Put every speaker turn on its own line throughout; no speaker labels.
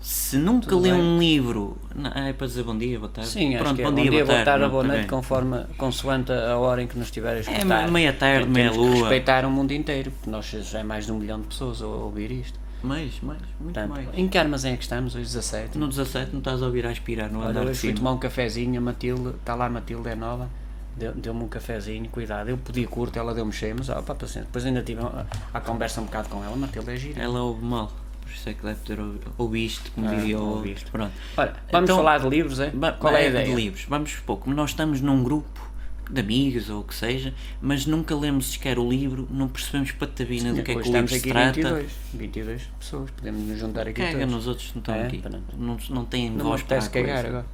se nunca
Tudo
lê
bem.
um livro. Não, é para dizer bom dia, boa tarde.
Sim, acho
Pronto,
que é.
bom,
Bom dia, boa tarde,
pronto,
boa
tá
noite,
bem.
conforme, consoante a hora em que nos
É,
estiver a escutar.
meia tarde,
Temos
meia
que
lua.
respeitar o mundo inteiro, porque nós já é mais de um milhão de pessoas a ouvir isto.
Mais, mais, muito
Portanto,
mais.
em que armazém é que estamos? Hoje 17.
No 17 não estás a ouvir a aspirar no
Olha,
andar de
hoje fui
cima.
tomar um cafezinho, a Matilde, está lá a Matilde, é nova, deu- deu-me um cafezinho, cuidado, eu pedi curto, ela deu-me cheio, mas ó, pá, paciência. Depois ainda tive a, a conversa um bocado com ela, Matilde é gira.
Ela ouve mal. Por isso é que deve ter ouvido. Ouviste, como
Ah,
diria o
ouviste.
Pronto.
Olha, vamos
Então,
falar de livros, é?
Ba-
Qual é a
de
ideia?
livros? Vamos supor, como nós estamos num grupo de amigos ou o que seja, mas nunca lemos sequer o livro, não percebemos patabina do que é que
Hoje
o livro
estamos
se
aqui
trata.
22, 22 pessoas, podemos nos juntar aqui
Caga
todos.
nos outros que não estão
É,
aqui.
pronto.
Não, não têm
Não me
voz para a
apetece cagar
coisa.
agora.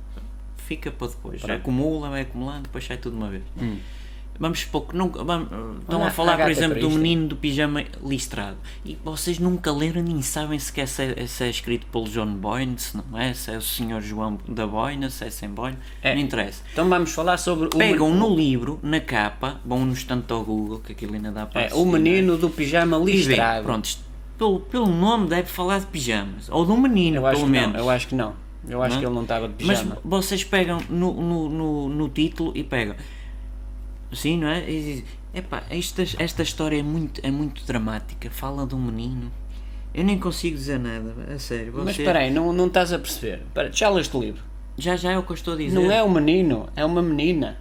Fica para depois. Acumula, vai acumulando, depois sai tudo de uma vez.
Hum.
Vamos supor que nunca. vamos- estão
Olha,
a falar, por
agata
exemplo, do
turista.
menino do pijama listrado. E vocês nunca leram nem sabem sequer se é, se é escrito pelo John Boyne, se não é, se é o senhor João da Boina, se é sem Boyne.
É.
Não interessa.
Então vamos falar sobre o,
Pegam no livro, na capa, vão no estante ao Google, que aquilo ainda dá para
é, o
assistir,
menino do pijama
não é? e vê,
listrado.
pronto, isto- pelo, pelo nome deve falar de pijamas, ou de um menino,
eu acho
pelo
que
menos.
não, eu acho que não. Eu acho
Não?
que ele não estava de
Mas
pijama.
vocês pegam no, no, no, no título e pegam. Sim, não é? E dizem, epá, esta, esta história é muito, é muito dramática. Fala de um menino. Eu nem consigo dizer nada, a sério.
Mas,
você-
espera aí, não, não estás a perceber. Espera, já leste o livro?
Já já é o que eu estou a dizer.
Não é um menino, é uma menina.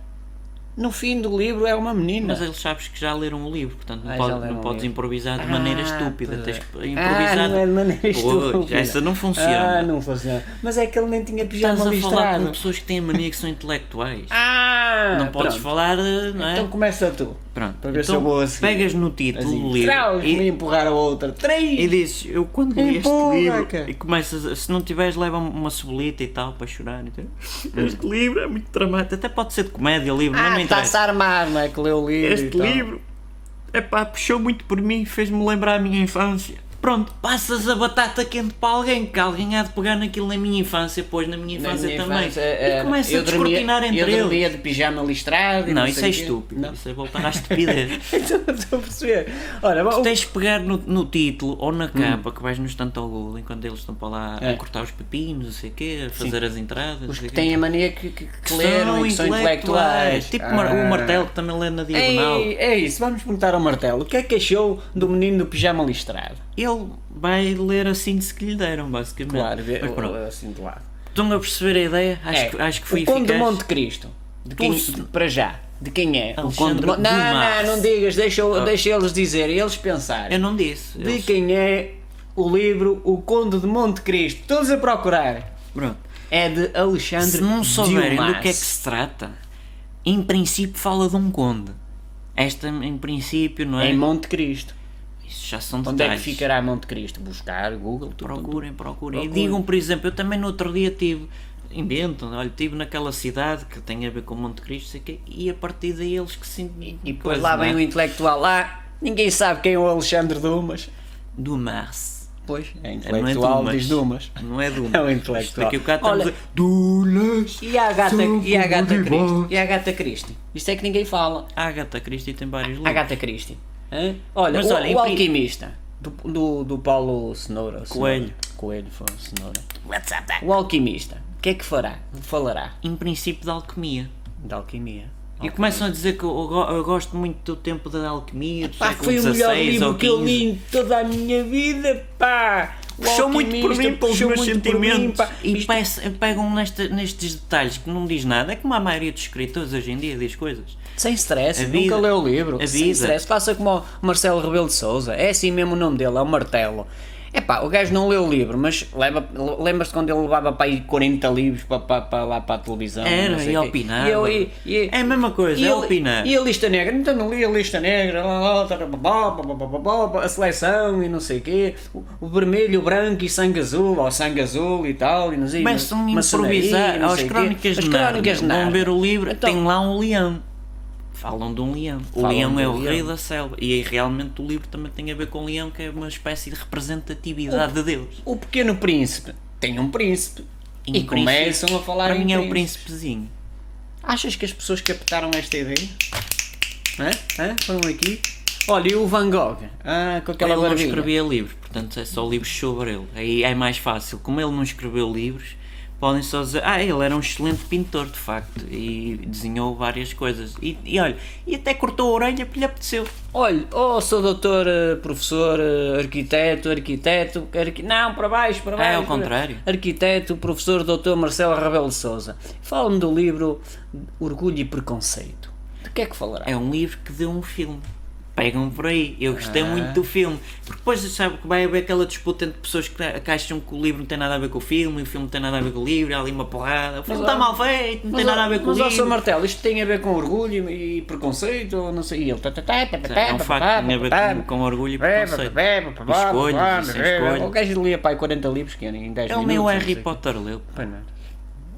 No fim do livro é uma menina.
Mas eles sabes que já leram o livro, portanto não,
Ah,
pode-
já leram
não
o
podes
livro.
improvisar de maneira
Ah,
estúpida.
pois
Tens
é.
que improvisar.
Ah, não é de maneira
Pois,
estúpida.
essa não funciona.
Ah, não funciona. Mas é que ele nem tinha
Estás a
pijama
falar com
listrado.
pessoas que têm a mania que são intelectuais.
Ah!
não podes
pronto.
falar, eh, não é?
Então começa tu.
Pronto.
Para ver se
Então,
eu vou a seguir.
pegas no título
Assim,
do livro
traus,
e-
me empurrar a outra. Três!
E dizes, eu quando li este
Empurra,
livro
cara.
e começas, a- se não tiveres, leva uma cebolita e tal para chorar. Então, este livro é muito dramático, até pode ser de comédia, o livro, mas
ah,
não
está-se a
interessa.
armar, não é? Que leu o livro. e
Este
tal.
livro, epá, puxou muito por mim, fez-me lembrar a minha infância. Pronto, passas a batata quente para alguém, que alguém há de pegar naquilo na minha infância, pois na minha
Na
infância
minha
também.
infância, eh,
e começa
eu
a
dormia-
descortinar entre
eu
eles.
dormia de pijama listrado. e
Não,
sei
isso
o
é
quê.
estúpido,
Não. Então,
isso é voltar à estupidez.
Estou a perceber. Ora, bom,
Tens de pegar no, no título ou na capa que vais no instante ao Google enquanto eles estão para lá
É.
a cortar os pepinos, não sei o quê, a fazer as entradas. não
os
sei
que
o quê.
têm a mania que, que, que leram e que são intelectuais.
Tipo mar-
Ah.
o martelo que também lê na diagonal.
Ei, é isso, vamos perguntar ao martelo. O que é que achou do menino do pijama listrado?
Ele vai ler a síntese que lhe deram, basicamente.
Claro, vê,
Mas pronto,
assim de lado.
estão a perceber a ideia? Acho,
É,
que, acho que foi
o Conde de
eficaz.
Monte Cristo. De quem,
se-
para já. De quem é?
Alexandre
de Mon-
Dumas.
Não,
Ah.
não, não digas. Deixa, eu- deixa eles dizerem, eles pensarem.
Eu não disse.
De
eles-
quem é o livro O Conde de Monte Cristo? Todos a procurar.
Pronto.
É de Alexandre
Se não souberem do
Dumas.
que é que se trata, em princípio fala de um conde. Esta, em princípio, não é?
Em Monte Cristo.
Isso já são
Onde é
detalhes.
que ficará Monte Cristo? Buscar, Google, tudo.
Procurem, procurem. E
Procurem.
digam, por exemplo, eu também no outro dia tive, inventam, olha, estive naquela cidade que tem a ver com Monte Cristo, sei quê, e a partir daí eles que se.
E depois lá
é?
vem o intelectual lá. Ninguém sabe quem é o Alexandre Dumas.
Do Mars.
Pois, é
intelectual,
intelectual, diz
diz
Dumas.
Não é Dumas.
É o intelectual.
Aqui o cá estamos
Olha,
a... Dulas.
E a gata, e a gata
São
Christie?
bonitas.
E a gata Christie? Isto é que ninguém fala.
Agatha Christie tem vários livros.
A gata Christie. Hã? Olha,
Mas
o,
olha,
o
em pri-
alquimista do, do, do Paulo Cenoura. ou
Coelho.
Cenoura. Coelho foi o Cenoura.
What's up, that?
O alquimista, o que é que fará? Falará
Em princípio, da alquimia.
de alquimia.
E começam a dizer que eu, go- eu gosto muito do tempo da alquimia, do
Pá,
século
foi o melhor
16
livro
ou
que eu
15.
li em toda a minha vida, pá! O
puxou muito por
Alquimista
mim pelos
puxou
meus
muito por mim,
sentimentos
pá.
e
Isto-
peça- pegam nesta- nestes detalhes que não diz nada é como a maioria dos escritores hoje em dia diz coisas
Sem stress,
A
nunca
vida.
leu o livro.
A
Sem
vida.
stress, faça como o Marcelo Rebelo de Souza, é assim mesmo o nome dele, é o Martelo. É pá, o gajo não leu o livro, mas leva- lembras-te quando ele levava para aí 40 livros para, para, para lá para a televisão? não
era
sei
e
o quê.
opinava
E eu- e- e-
é a mesma coisa
e
é
ele-
opinar
E a lista negra? Então não li a lista negra, lá, lá, tá, tá, bá, bá, bá, bá, bá, bá, a seleção e não sei o quê, o, o vermelho, o branco e sangue azul, ou sangue azul e tal, e não sei
começam a
maçonaria,
improvisar
não
aos
sei o quê.
crónicas
As
de Nárnia
Crónicas de
vão
Nárnia.
ver o livro
Então-
tem lá um leão falam de um leão o
Falam
leão
do
é o
leão.
rei da selva e aí, realmente o livro também tem a ver com o leão que é uma espécie de representatividade de Deus
O Pequeno Príncipe tem um príncipe. E,
Em
começam
princípio,
a falar
um para
em
mim é o
príncipes.
príncipezinho
Achas que as pessoas captaram esta ideia? Hã? Hã? Foram aqui? Olha, e o Van Gogh? Ah, com aquela
ele não
barbinha.
escrevia livros portanto portanto é só livros sobre ele. Aí é mais fácil. Como ele não escreveu livros, podem só dizer, ah, ele era um excelente pintor de facto e desenhou várias coisas. E, e olha, e até cortou a orelha porque lhe apeteceu.
Olha, oh, sou doutor, eh, professor, eh, arquiteto, arquiteto, arqui... não, para baixo, para baixo.
Ah, é ao contrário.
Arquiteto, professor, doutor Marcelo Rebelo de Souza. Fala-me do livro Orgulho e Preconceito. Do que é que falará?
É um livro que deu um filme. Pegam por aí. Eu gostei
Ah.
muito do filme. Porque depois sabe que vai haver aquela disputa entre pessoas que, que acham que o livro não tem nada a ver com o filme, e o filme não tem nada a ver com o livro, há ali uma porrada. O filme
Mas,
está
ó,
mal feito, não tem nada a ver com o
mas, ó, Sr.
livro.
Martelo, isto tem a ver com orgulho e e preconceito, ou não sei, e ele... tá, tá, tá, tá, tá,
É um
tá,
facto
tá,
que tem a ver
tá,
com-
tá.
com orgulho e
Bebe,
preconceito.
bebe, bebe,
Escolhas e sem
bebe, bebe.
escolhas.
O gajo lia, pai, 40 livros, que em 10
É o
minutos.
meu
não sei
Harry
quê.
Potter leu.
Pois não.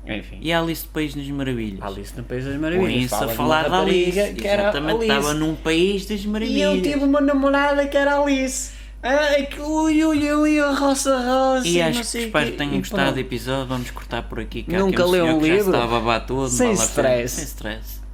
Enfim.
E a Alice do País das Maravilhas.
Alice no País das
Com
Maravilhas.
isso a
Fala de uma
falar da Alice.
rapariga que era
Exatamente,
Alice.
estava num País das Maravilhas.
E eu tive uma namorada que era Alice. Ai, que ui, ui, ui, a roça roça.
E
não
acho que
sei
espero
quê.
que tenham
E
gostado do
pronto.
episódio. Vamos cortar por aqui. que há
Nunca
aqui um
leu
senhor
um
que já
livro?
estava a babar todo,
Sem
mal a pena.
stress.
Sem stress.